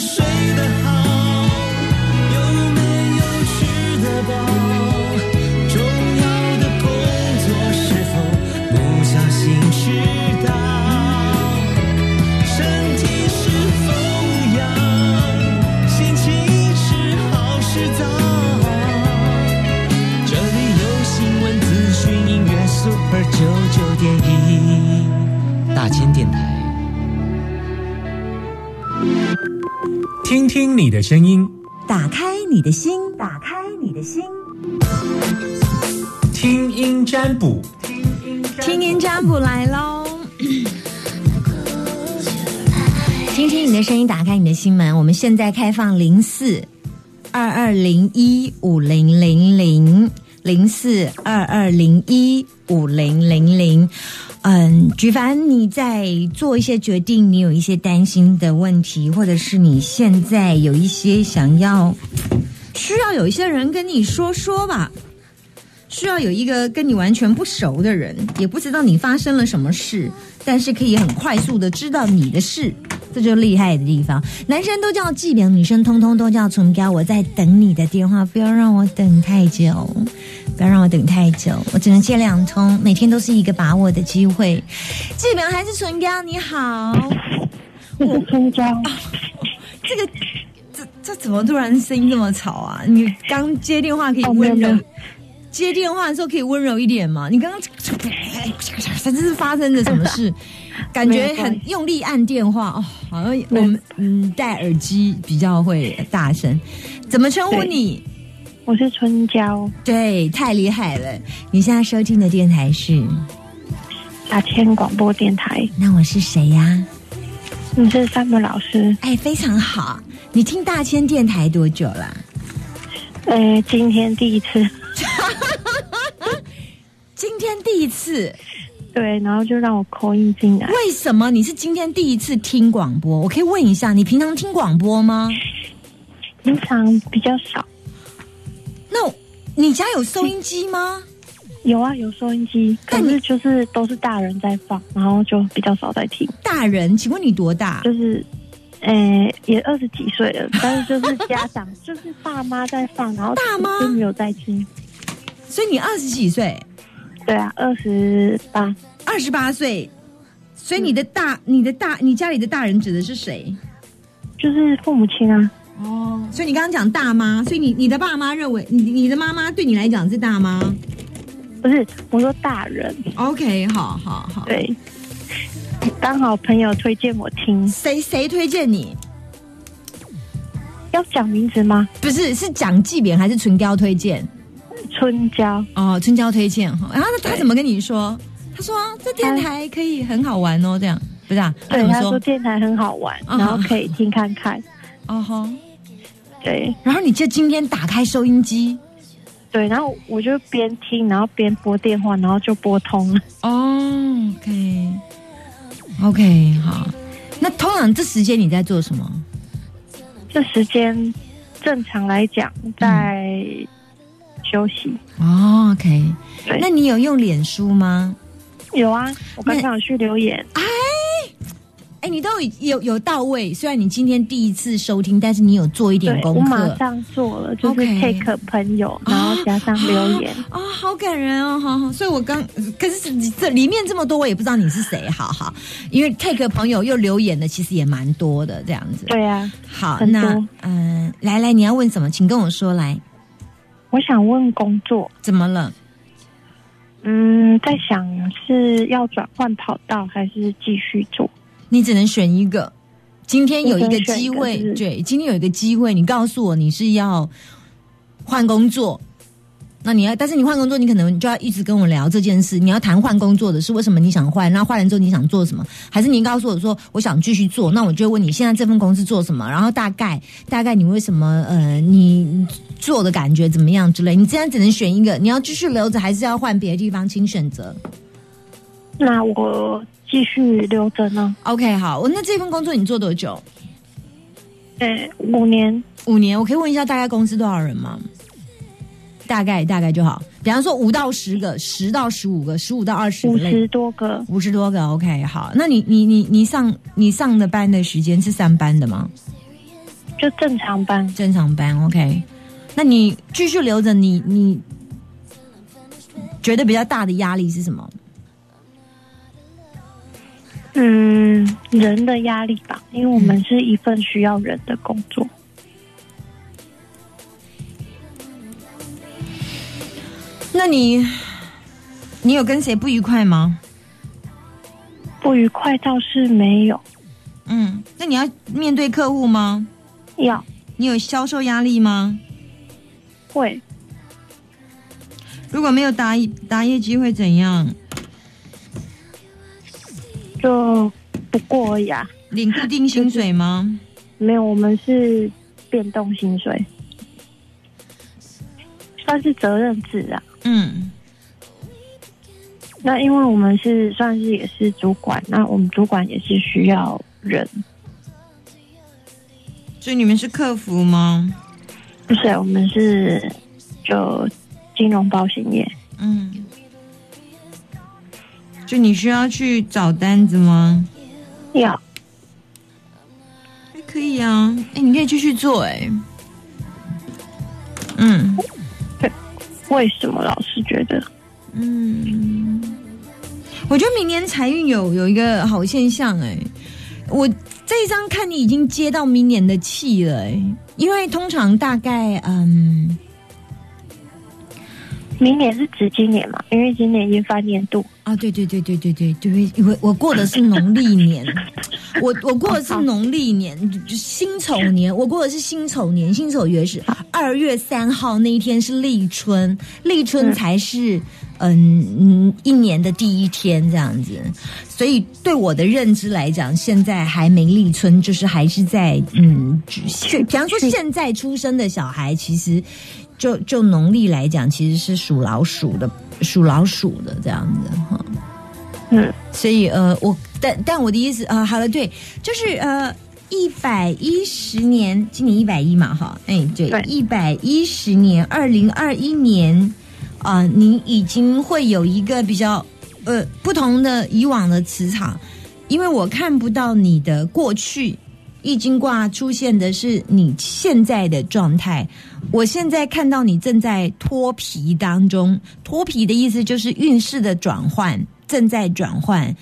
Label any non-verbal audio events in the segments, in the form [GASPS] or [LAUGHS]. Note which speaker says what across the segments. Speaker 1: 睡得好，有没有吃得饱？重要的工作是否不小心迟到？身体是否无恙？心情是好是糟？这里有新闻资讯、音乐、Super 九九点一，大千电台。
Speaker 2: 听听你的声音，
Speaker 3: 打开你的心，打开你的心，
Speaker 2: 听音占卜，
Speaker 3: 听音占卜来 [COUGHS] 喽。听听你的声音，打开你的心门。我们现在开放零四二二零一五零零零零四二二零一五零零零。嗯，举凡你在做一些决定，你有一些担心的问题，或者是你现在有一些想要需要有一些人跟你说说吧，需要有一个跟你完全不熟的人，也不知道你发生了什么事，但是可以很快速的知道你的事，这就厉害的地方。男生都叫伎俩，女生通通都叫唇膏。我在等你的电话，不要让我等太久，不要让我等太久，我只能接两通，每天都是一个把握的机会。伎俩还是唇膏？你好，
Speaker 4: 这个村庄，
Speaker 3: 这个这这怎么突然声音这么吵啊？你刚接电话可以
Speaker 4: 哦
Speaker 3: 温
Speaker 4: 没有
Speaker 3: 柔
Speaker 4: 没有，
Speaker 3: 接电话的时候可以温柔一点嘛？你刚刚这是发生了什么事？感觉很用力按电话哦，好像我们嗯戴耳机比较会大声。怎么称呼你？
Speaker 4: 我是春娇，
Speaker 3: 对，太厉害了！你现在收听的电台是？
Speaker 4: 打千广播电台。
Speaker 3: 那我是谁呀、
Speaker 4: 你是山姆老师，
Speaker 3: 哎，非常好。你听大千电台多久了？
Speaker 4: 呃，今天第一次，
Speaker 3: 今天第一次。
Speaker 4: 对，然后就让我扣印进来。
Speaker 3: 为什么你是今天第一次听广播？我可以问一下，你平常听广播吗？
Speaker 4: 平常比较少，
Speaker 3: 那你家有收音机吗？
Speaker 4: 有啊，有收音机，可
Speaker 3: 那你
Speaker 4: 是就是都是大人在放，然后就比较少在听。
Speaker 3: 大人，请问你多大？
Speaker 4: 就是，呃，也二十几岁了，但是就是家长，
Speaker 3: [LAUGHS]
Speaker 4: 就是爸妈在放，然后
Speaker 3: 大妈
Speaker 4: 就没有在听。
Speaker 3: 所以你二十几岁，
Speaker 4: 对啊，二十八，
Speaker 3: 二十八岁，所以你的大、你的大、你家里的大人指的是谁？
Speaker 4: 就是父母亲啊，
Speaker 3: 哦，所以你刚刚讲大妈，所以你你的爸妈认为你你的妈妈对你来讲是大妈。
Speaker 4: 不是我说大人，
Speaker 3: OK，好好好。
Speaker 4: 对。刚好朋友推荐我听，
Speaker 3: 谁谁推荐你？
Speaker 4: 要讲名字吗？
Speaker 3: 不是，是蒋纪扁还是唇膏推荐？
Speaker 4: 春娇，
Speaker 3: 哦，春娇推荐哈，然后他他怎么跟你说？他说这电
Speaker 4: 他
Speaker 3: 台可以很好玩哦，这样不是啊？他
Speaker 4: 对
Speaker 3: 怎么
Speaker 4: 他说
Speaker 3: 说？
Speaker 4: 电台很好玩，
Speaker 3: 嗯
Speaker 4: 然后可以听看看。
Speaker 3: 哦吼！
Speaker 4: 对
Speaker 3: 然后你就今天打开收音机
Speaker 4: 对，然后我就边听，然后边拨电话，然后就拨通了。
Speaker 3: 哦，OK OK 好。那通常这时间你在做什么？
Speaker 4: 这时间正常来讲在休息。
Speaker 3: 哦，OK。
Speaker 4: 对
Speaker 3: 那你有用脸书吗？
Speaker 4: 有啊，我刚刚有去留言，
Speaker 3: 哎，你都有有有到位，虽然你今天第一次收听，但是你有做一点
Speaker 4: 对
Speaker 3: 功
Speaker 4: 我
Speaker 3: 课。
Speaker 4: 马上做了，就是
Speaker 3: OK
Speaker 4: take 朋友，然后加上留言。
Speaker 3: [GASPS] 啊、好感人哦，好好，所以我刚，可是这里面这么多，我也不知道你是谁，好好，因为 take 朋友又留言的，其实也蛮多的这样子。，
Speaker 4: 对啊，
Speaker 3: 好，
Speaker 4: 很多
Speaker 3: 那嗯、呃来来，你要问什么，请跟我说来，
Speaker 4: 我想问工作，
Speaker 3: 怎么了？
Speaker 4: 嗯，在想是要转换跑道还是继续做？
Speaker 3: 你只能选一个，今天有一个机
Speaker 4: 我只能选一
Speaker 3: 会，
Speaker 4: 个是
Speaker 3: 对，今天有一个机会，你告诉我你是要换工作。那你要，但是你换工作，你可能就要一直跟我聊这件事。你要谈换工作的是为什么你想换，那换了之后你想做什么？还是你告诉我说我想继续做？那我就问你现在这份工是做什么，然后大概大概你为什么呃你做的感觉怎么样之类？你现在只能选一个，你要继续留着还是要换别的地方？请选择。
Speaker 4: 那我继续留着呢？
Speaker 3: OK，好，我那这份工作你做多久？
Speaker 4: 对，五年，
Speaker 3: 五年，我可以问一下大概公司多少人吗？大概大概就好，比方说五到十个，十到十五个，十五到二十
Speaker 4: 五
Speaker 3: 个类，
Speaker 4: 十多个，
Speaker 3: 五十多个。OK，好，那你你你你上你上的班的时间是三班的吗？
Speaker 4: 就正常班。
Speaker 3: 正常班，OK。那你继续留着，你你觉得比较大的压力是什么？
Speaker 4: 嗯，人的压力吧，因为我们是一份需要人的工作。
Speaker 3: 那你你有跟谁不愉快吗？
Speaker 4: 不愉快倒是没有，
Speaker 3: 嗯，那你要面对客户吗？
Speaker 4: 要
Speaker 3: 你有销售压力吗？
Speaker 4: 会
Speaker 3: 如果没有达达业绩会怎样？
Speaker 4: 就不过而已啊。
Speaker 3: 领固定薪水吗？
Speaker 4: 没有，我们是变动薪水，算是责任制啊。
Speaker 3: 嗯，
Speaker 4: 那因为我们是算是也是主管，那我们主管也是需要人，
Speaker 3: 所以你们是客服吗？
Speaker 4: 不是啊我们是就金融保险业，
Speaker 3: 嗯，就你需要去找单子吗？
Speaker 4: 要
Speaker 3: 还可以啊，哎、你可以继续做哎、嗯
Speaker 4: 为什么老是觉得
Speaker 3: 嗯，我觉得明年财运有有一个好现象哎、我这一张看你已经接到明年的气了哎、因为通常大概嗯。
Speaker 4: 明年是指今年嘛？因为今年已经翻年度，
Speaker 3: 啊，对对对对对对对，因为我过的是农历年，我我过的是农历年，就就辛丑年，我过的是辛丑年，辛丑月是二月三号那一天是立春，立春才是嗯嗯一年的第一天这样子，所以对我的认知来讲，现在还没立春，就是还是在嗯，就比方说现在出生的小孩，其实就就农历来讲，其实是属老鼠的，属老鼠的这样子哈。
Speaker 4: 嗯，
Speaker 3: 所以呃，我但但我的意思啊、呃好了，对，就是呃，一百一十年，今年一百一嘛，哈，哎，对
Speaker 4: 对，
Speaker 3: 一百一十年，二零二一年，啊，你已经会有一个比较呃不同的以往的磁场，因为我看不到你的过去。易经卦出现的是你现在的状态，我现在看到你正在脱皮当中，脱皮的意思就是运势的转换，正在转换，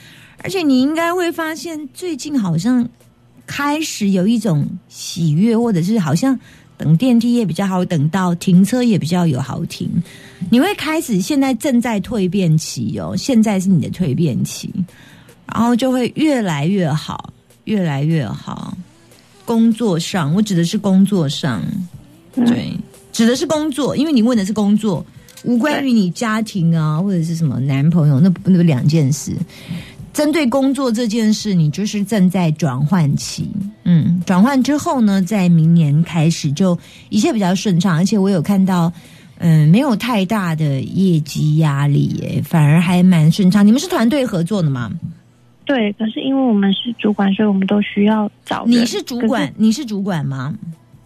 Speaker 3: 而且你应该会发现最近好像开始有一种喜悦，或者是好像等电梯也比较好等到，停车也比较有好停。你会开始现在正在蜕变期哦，现在是你的蜕变期，然后就会越来越好，越来越好。工作上，我指的是工作上，对，指的是工作，因为你问的是工作，无关于你家庭啊或者是什么男朋友，那不那不两件事。针对工作这件事，你就是正在转换期，嗯，转换之后呢，在明年开始就一切比较顺畅，而且我有看到，嗯，没有太大的业绩压力耶，反而还蛮顺畅。你们是团队合作的吗？
Speaker 4: 对。可是因为我们是主管，所以我们都需要找人
Speaker 3: 你是主管，，你是主管吗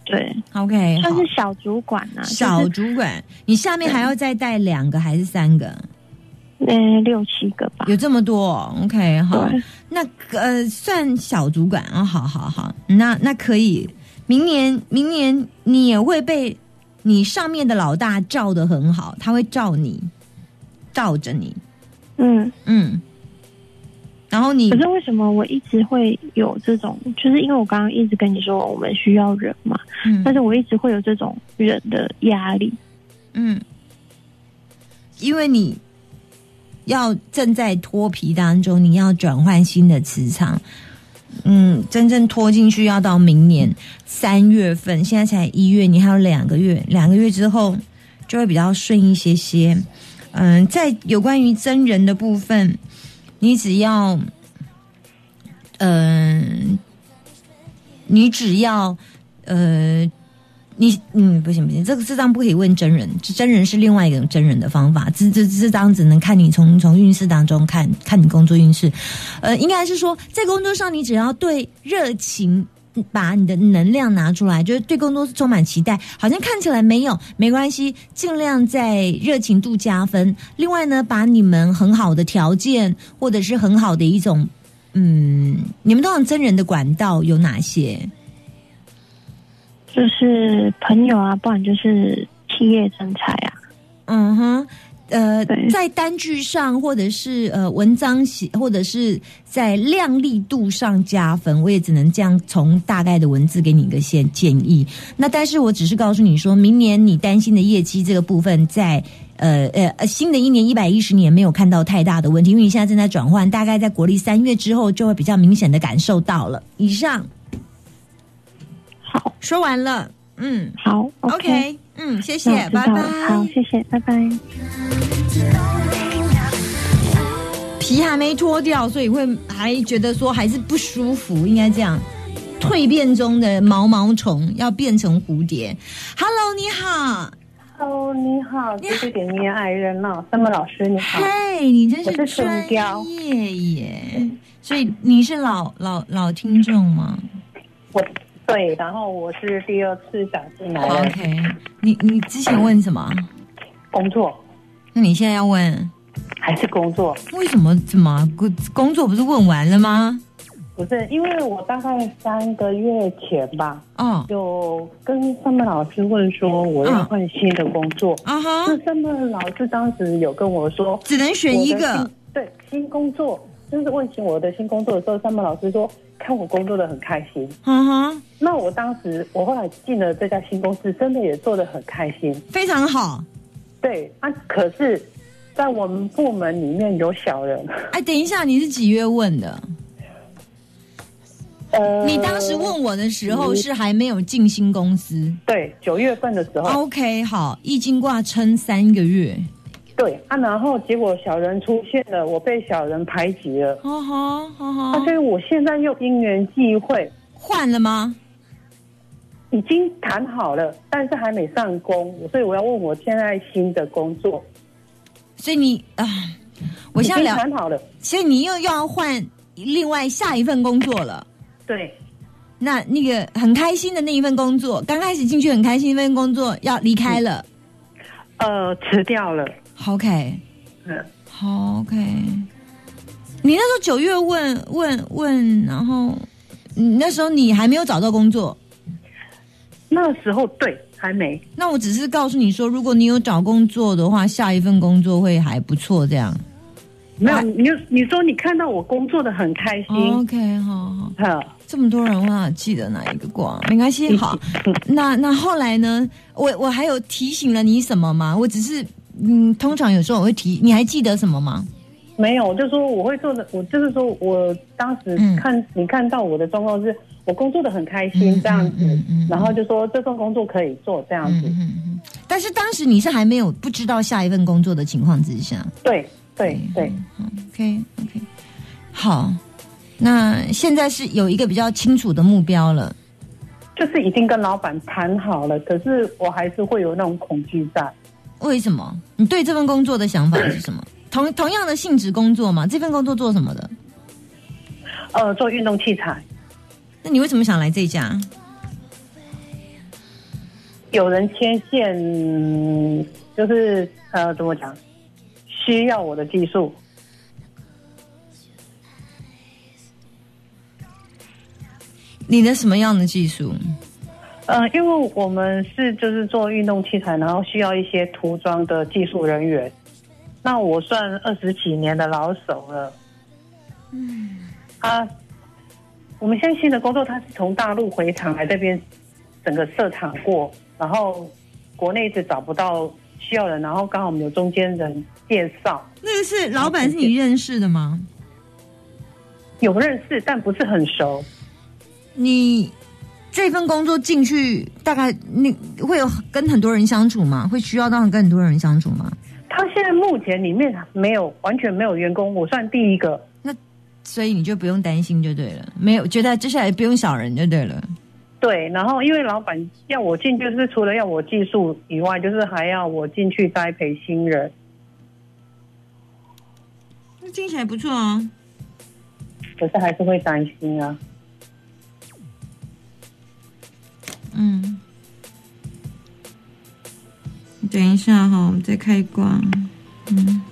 Speaker 4: 可是
Speaker 3: ？OK，
Speaker 4: 对，
Speaker 3: 好
Speaker 4: 算，是小主管啊，
Speaker 3: 小
Speaker 4: 就是
Speaker 3: 主管，你下面还要再带两个还是三个？
Speaker 4: 呃六七个吧。
Speaker 3: 有这么多哦？OK，好，
Speaker 4: 对，
Speaker 3: 那呃，算小主管啊、好好好，那那可以。明年明年你也会被你上面的老大照的很好，他会照你，照着你，
Speaker 4: 嗯。
Speaker 3: 嗯。然后你
Speaker 4: 可是为什么我一直会有这种？就是因为我刚刚一直跟你说我们需要人嘛，
Speaker 3: 嗯
Speaker 4: 但是我一直会有这种人的压力。
Speaker 3: 嗯，因为你要正在脱皮当中，你要转换新的磁场。嗯，真正脱进去要到明年三月份，现在才一月，你还有两个月，两个月之后就会比较顺一些些。嗯，在有关于真人的部分，你只要，嗯、你只要，呃，你嗯，不行不行，这个这张不可以问真人，真人是另外一种真人的方法，这这这张只能看你从从运势当中看看你工作运势，呃，应该是说在工作上你只要对热情。把你的能量拿出来，就是对工作充满期待，好像看起来没有没关系，尽量在热情度加分。另外呢，把你们很好的条件或者是很好的一种，嗯，你们通常真人的管道有哪些？
Speaker 4: 就是朋友啊，不然就是企业征才啊。
Speaker 3: 嗯哼，呃
Speaker 4: 对，
Speaker 3: 在单据上，或者是呃文章写，或者是在亮丽度上加分，我也只能这样从大概的文字给你一个建建议。那但是我只是告诉你说，明年你担心的业绩这个部分在。呃呃呃，新的一年一百一十年没有看到太大的问题，因为你现在正在转换，大概在国历三月之后就会比较明显的感受到了。以上
Speaker 4: 好，
Speaker 3: 说完了，嗯
Speaker 4: 好，OK，,
Speaker 3: 嗯，谢谢
Speaker 4: 那我，知
Speaker 3: 拜
Speaker 4: 道了。
Speaker 3: 拜
Speaker 4: 好，。谢谢，拜拜。
Speaker 3: 皮还没脱掉，所以会还觉得说还是不舒服，应该这样。蜕变中的毛毛虫要变成蝴蝶。Hello，你好，
Speaker 5: Hello，你好，九九点一爱人了，三木老师你好
Speaker 3: 嘿、，你真
Speaker 5: 我
Speaker 3: 是
Speaker 5: 是春
Speaker 3: 专
Speaker 5: 雕
Speaker 3: 业耶！所以你是老老老听众吗
Speaker 5: 我对，然后我是第二次打进来的
Speaker 3: ？OK，你你之前问什么？
Speaker 5: 工作
Speaker 3: 那你现在要问
Speaker 5: 还是工作，
Speaker 3: 为什么？怎么工工作不是问完了吗？
Speaker 5: 不是因为我大概三个月前吧，
Speaker 3: 哦，
Speaker 5: 有跟三木老师问说我
Speaker 3: 嗯
Speaker 5: 要换新的工作，
Speaker 3: 啊哈，
Speaker 5: 那三木老师当时有跟我说
Speaker 3: 只能选一
Speaker 5: 我的
Speaker 3: 个
Speaker 5: 新。对新工作，就是问起我的新工作的时候，三木老师说看我工作的很开心，
Speaker 3: 哈哈，
Speaker 5: 那我当时我后来进了这家新公司，真的也做得很开心。
Speaker 3: 非常好。
Speaker 5: 对啊，可是，在我们部门里面有小人。
Speaker 3: 哎，等一下，你是几月问的？
Speaker 5: 呃
Speaker 3: 你当时问我的时候是还没有进新公司。
Speaker 5: 对九月份的时候，
Speaker 3: OK，好，易经卦撑三个月。
Speaker 5: 对啊，然后结果小人出现了，我被小人排挤了。
Speaker 3: 哈哈哈
Speaker 5: 啊，所
Speaker 3: 哈，
Speaker 5: 以我现在又因缘际会，
Speaker 3: 换了吗？
Speaker 5: 已经谈好了，但是还没上工，所以我要问我现在新的工作。
Speaker 3: 所以你啊，我现在
Speaker 5: 已
Speaker 3: 聊
Speaker 5: 经，谈好了，
Speaker 3: 所以你又要换另外下一份工作了。
Speaker 5: 对
Speaker 3: 那那个很开心的那一份工作，刚开始进去很开心，那份工作要离开了。
Speaker 5: 呃，辞掉了。
Speaker 3: OK，
Speaker 5: 嗯，
Speaker 3: 好 OK。你那时候九月问问问，然后你那时候你还没有找到工作。
Speaker 5: 那时候对还没，
Speaker 3: 那我只是告诉你说，如果你有找工作的话，下一份工作会还不错，这样。
Speaker 5: 没有
Speaker 3: 还哦
Speaker 5: 你你说你看到我工作的很开心，
Speaker 3: OK，好好，
Speaker 5: 哈、
Speaker 3: 这么多人，我哪记得哪一个卦？没关系，好。那那后来呢？我我还有提醒了你什么吗？我只是，嗯，通常有时候我会提，你还记得什么吗？
Speaker 5: 没有，就说我会做的，我就是说我当时
Speaker 3: 嗯
Speaker 5: 看、你看到我的状况是，我工作的很开心这样子，
Speaker 3: 嗯嗯嗯嗯
Speaker 5: 然后就说这份工作可以做这样
Speaker 3: 嗯
Speaker 5: 子，
Speaker 3: 嗯嗯。但是当时你是还没有不知道下一份工作的情况之下
Speaker 5: 对对对，
Speaker 3: 嗯，OK OK，好。那现在是有一个比较清楚的目标了。
Speaker 5: 就是已经跟老板谈好了，可是我还是会有那种恐惧在。
Speaker 3: 为什么？你对这份工作的想法是什 [LAUGHS] 么？同同样的性质工作嘛，这份工作做什么的？
Speaker 5: 呃，做运动器材，
Speaker 3: 那你为什么想来这家？
Speaker 5: 有人牵线，嗯就是呃怎么讲，需要我的技术，
Speaker 3: 你的什么样的技术？
Speaker 5: 呃，因为我们是就是做运动器材，然后需要一些涂装的技术人员。那我算二十几年的老手了。嗯。啊，我们现在新的工作，他是从大陆回厂来这边整个设厂过，然后国内一直找不到需要人，然后刚好我们有中间人介绍，
Speaker 3: 那个是老板是你认识的吗？
Speaker 5: 有认识但不是很熟。
Speaker 3: 你这份工作进去，大概你会有跟很多人相处吗？会需要到跟很多人相处吗？
Speaker 5: 他现在目前里面没有完全没有员工，我算第一个。
Speaker 3: 所以你就不用担心就对了，没有觉得接下来不用小人就对了。
Speaker 5: 对，然后因为老板要我进，就是除了要我技术以外，就是还要我进去栽培新人。
Speaker 3: 那听起来不错啊。
Speaker 5: 可是还是会担心啊。
Speaker 3: 嗯，等一下哈、我们再开挂。嗯。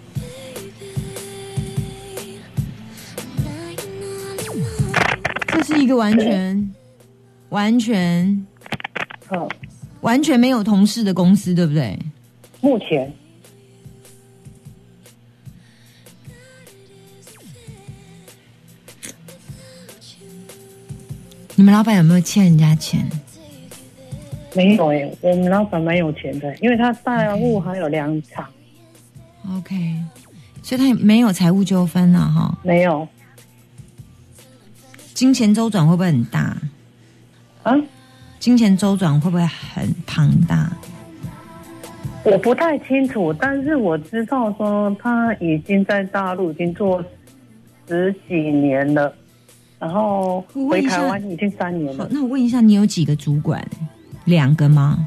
Speaker 3: 这是一个完全、完全
Speaker 5: 嗯，
Speaker 3: 完全没有同事的公司，对不对？
Speaker 5: 目前
Speaker 3: 你们老板有没有欠人家钱？
Speaker 5: 没有哎、我们老板蛮有钱的，因为他大陆还有两场，
Speaker 3: OK，所以他也没有财务纠纷了啊哈，
Speaker 5: 没有
Speaker 3: 金钱周转会不会很大？
Speaker 5: 啊，
Speaker 3: 金钱周转会不会很庞大？
Speaker 5: 我不太清楚，但是我知道说他已经在大陆已经做十几年了，然后回台湾已经三年
Speaker 3: 好
Speaker 5: 了，。
Speaker 3: 那我问一下，你有几个主管？两个吗？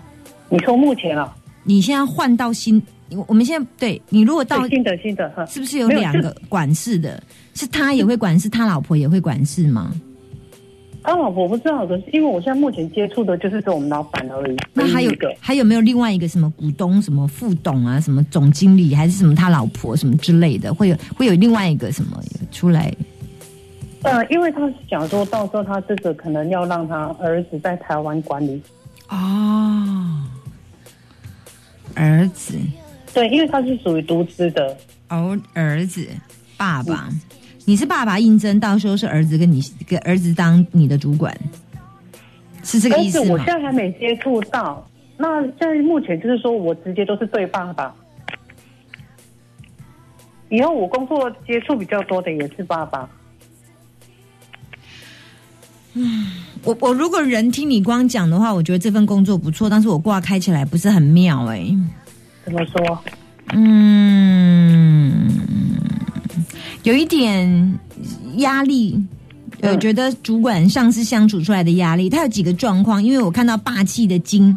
Speaker 5: 你说目前啊，
Speaker 3: 你现在换到新，我我们现在对你如果到
Speaker 5: 对，新的新的，呵
Speaker 3: 是不是有
Speaker 5: 没有
Speaker 3: 两个管事的？是他也会管事，他老婆也会管事吗？
Speaker 5: 啊，我不知道的，因为我现在目前接触的就是跟我们老板而已。
Speaker 3: 那还有
Speaker 5: 一个，
Speaker 3: 还有没有另外一个什么股东、什么副董啊、什么总经理，还是什么他老婆什么之类的？会有会有另外一个什么出来？
Speaker 5: 呃，因为他想说到时候他这个可能要让他儿子在台湾管理，
Speaker 3: 哦，儿子，
Speaker 5: 对，因为他是属于独资的，
Speaker 3: 儿儿子，爸爸，你是爸爸应征，到时候是儿子跟你跟儿子当你的主管，是这个
Speaker 5: 但
Speaker 3: 意
Speaker 5: 是
Speaker 3: 思
Speaker 5: 我
Speaker 3: 吗
Speaker 5: 现？在还没接触到。那现在目前就是说我直接都是对爸爸。以后我工作接触比较多的也是爸爸，
Speaker 3: 我我如果人听你光讲的话，我觉得这份工作不错，但是我挂开起来不是很妙哎、
Speaker 5: 怎么说？
Speaker 3: 嗯，有一点压力。我
Speaker 5: 嗯
Speaker 3: 觉得主管上司相处出来的压力，它有几个状况，因为我看到霸气的金，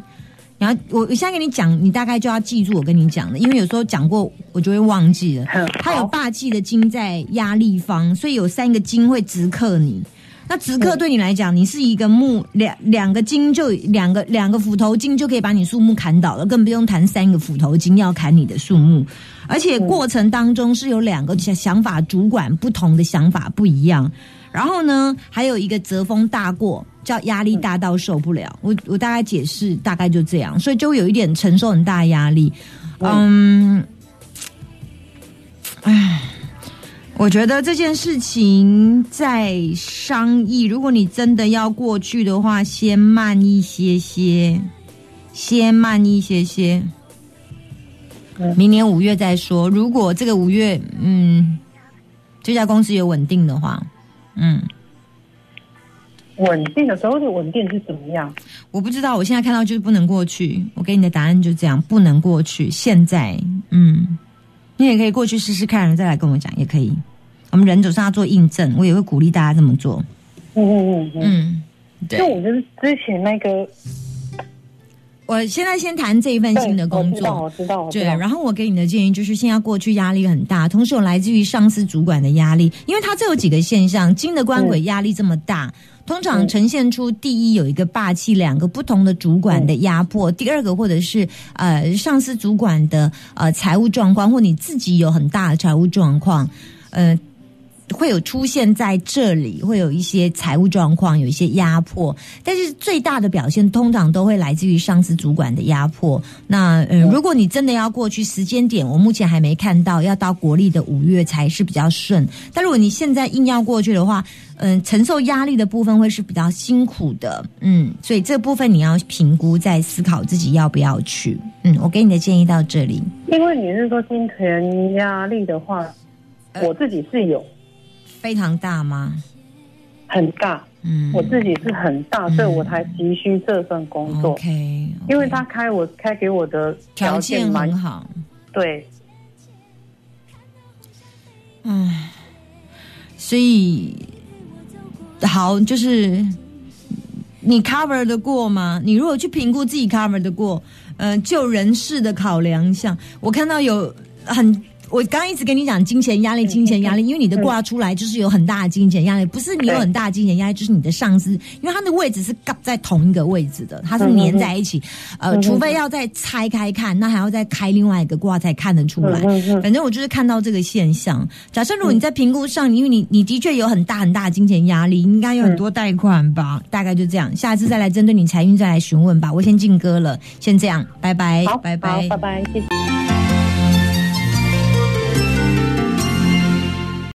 Speaker 3: 然后我我现在跟你讲，你大概就要记住我跟你讲的，因为有时候讲过我就会忘记了。
Speaker 5: 嗯
Speaker 3: 它有霸气的金在压力方，所以有三个金会直克你。那直克对你来讲，你是一个木两两个金就两个两个斧头金就可以把你树木砍倒了，更不用谈三个斧头金要砍你的树木。而且过程当中是有两个想想法主管不同的想法不一样，然后呢，还有一个折风大过，叫压力大到受不了。我我大概解释大概就这样，所以就会有一点承受很大的压力。嗯，唉，我觉得这件事情在商议，如果你真的要过去的话，先慢一些些，先慢一些些。明年五月再说。如果这个五月，嗯，这家公司有稳定的话，嗯，
Speaker 5: 稳定的时候的稳定是怎么样？
Speaker 3: 我不知道。我现在看到就是不能过去。我给你的答案就这样，不能过去。现在，嗯，你也可以过去试试看，然后再来跟我讲也可以。我们人总是要做印证，我也会鼓励大家这么做。
Speaker 5: 嗯嗯嗯嗯。
Speaker 3: 嗯，
Speaker 5: 就我就是之前那个
Speaker 3: 我现在先谈这一份新的工
Speaker 5: 对
Speaker 3: 作
Speaker 5: 我。知道，我知
Speaker 3: 对，
Speaker 5: 道，我知道。
Speaker 3: 然后我给你的建议就是，现在过去压力很大，同时有来自于上司主管的压力，因为它这有几个现象，金的
Speaker 5: 嗯
Speaker 3: 官鬼压力这么大。通常呈现出第一有一个霸气，两个不同的主管
Speaker 5: 嗯
Speaker 3: 的压迫；第二个或者是呃上司主管的呃财务状况，或你自己有很大的财务状况，呃会有出现在这里，会有一些财务状况，有一些压迫。但是最大的表现通常都会来自于上司主管的压迫。那呃，如果你真的要过去时间点，我目前还没看到，要到国历的五月才是比较顺。但如果你现在硬要过去的话，嗯、承受压力的部分会是比较辛苦的。嗯，所以这部分你要评估，再思考自己要不要去。嗯，我给你的建议到这里。
Speaker 5: 因为你是说金钱压力的话，我自己是有
Speaker 3: 非常大吗？
Speaker 5: 很大，
Speaker 3: 嗯，
Speaker 5: 我自己是很大，所以我才急需这份工作。
Speaker 3: 哦 OK，
Speaker 5: 因为他开我开给我的
Speaker 3: 条
Speaker 5: 件
Speaker 3: 件
Speaker 5: 蛮
Speaker 3: 很好。
Speaker 5: 对，
Speaker 3: 唉，所以好就是你 cover 得过吗？你如果去评估自己 cover 得过，呃，就人事的考量项，我看到有很。我刚刚一直跟你讲金钱压力，金钱压力，因为你的卦出来就是有很大的金钱压力，不是你有很大的金钱压力，就是你的上司，因为他的位置是尬在同一个位置的，它是粘在一起，呃，除非要再拆开看，那还要再开另外一个卦才看得出来。反正我就是看到这个现象。假设如果你在评估上，因为你你的确有很大很大的金钱压力，你应该有很多贷款吧，大概就这样。下一次再来针对你财运再来询问吧。我先进歌了，先这样，拜拜
Speaker 5: 好，，
Speaker 3: 哎拜拜
Speaker 5: 好，拜。拜，谢谢。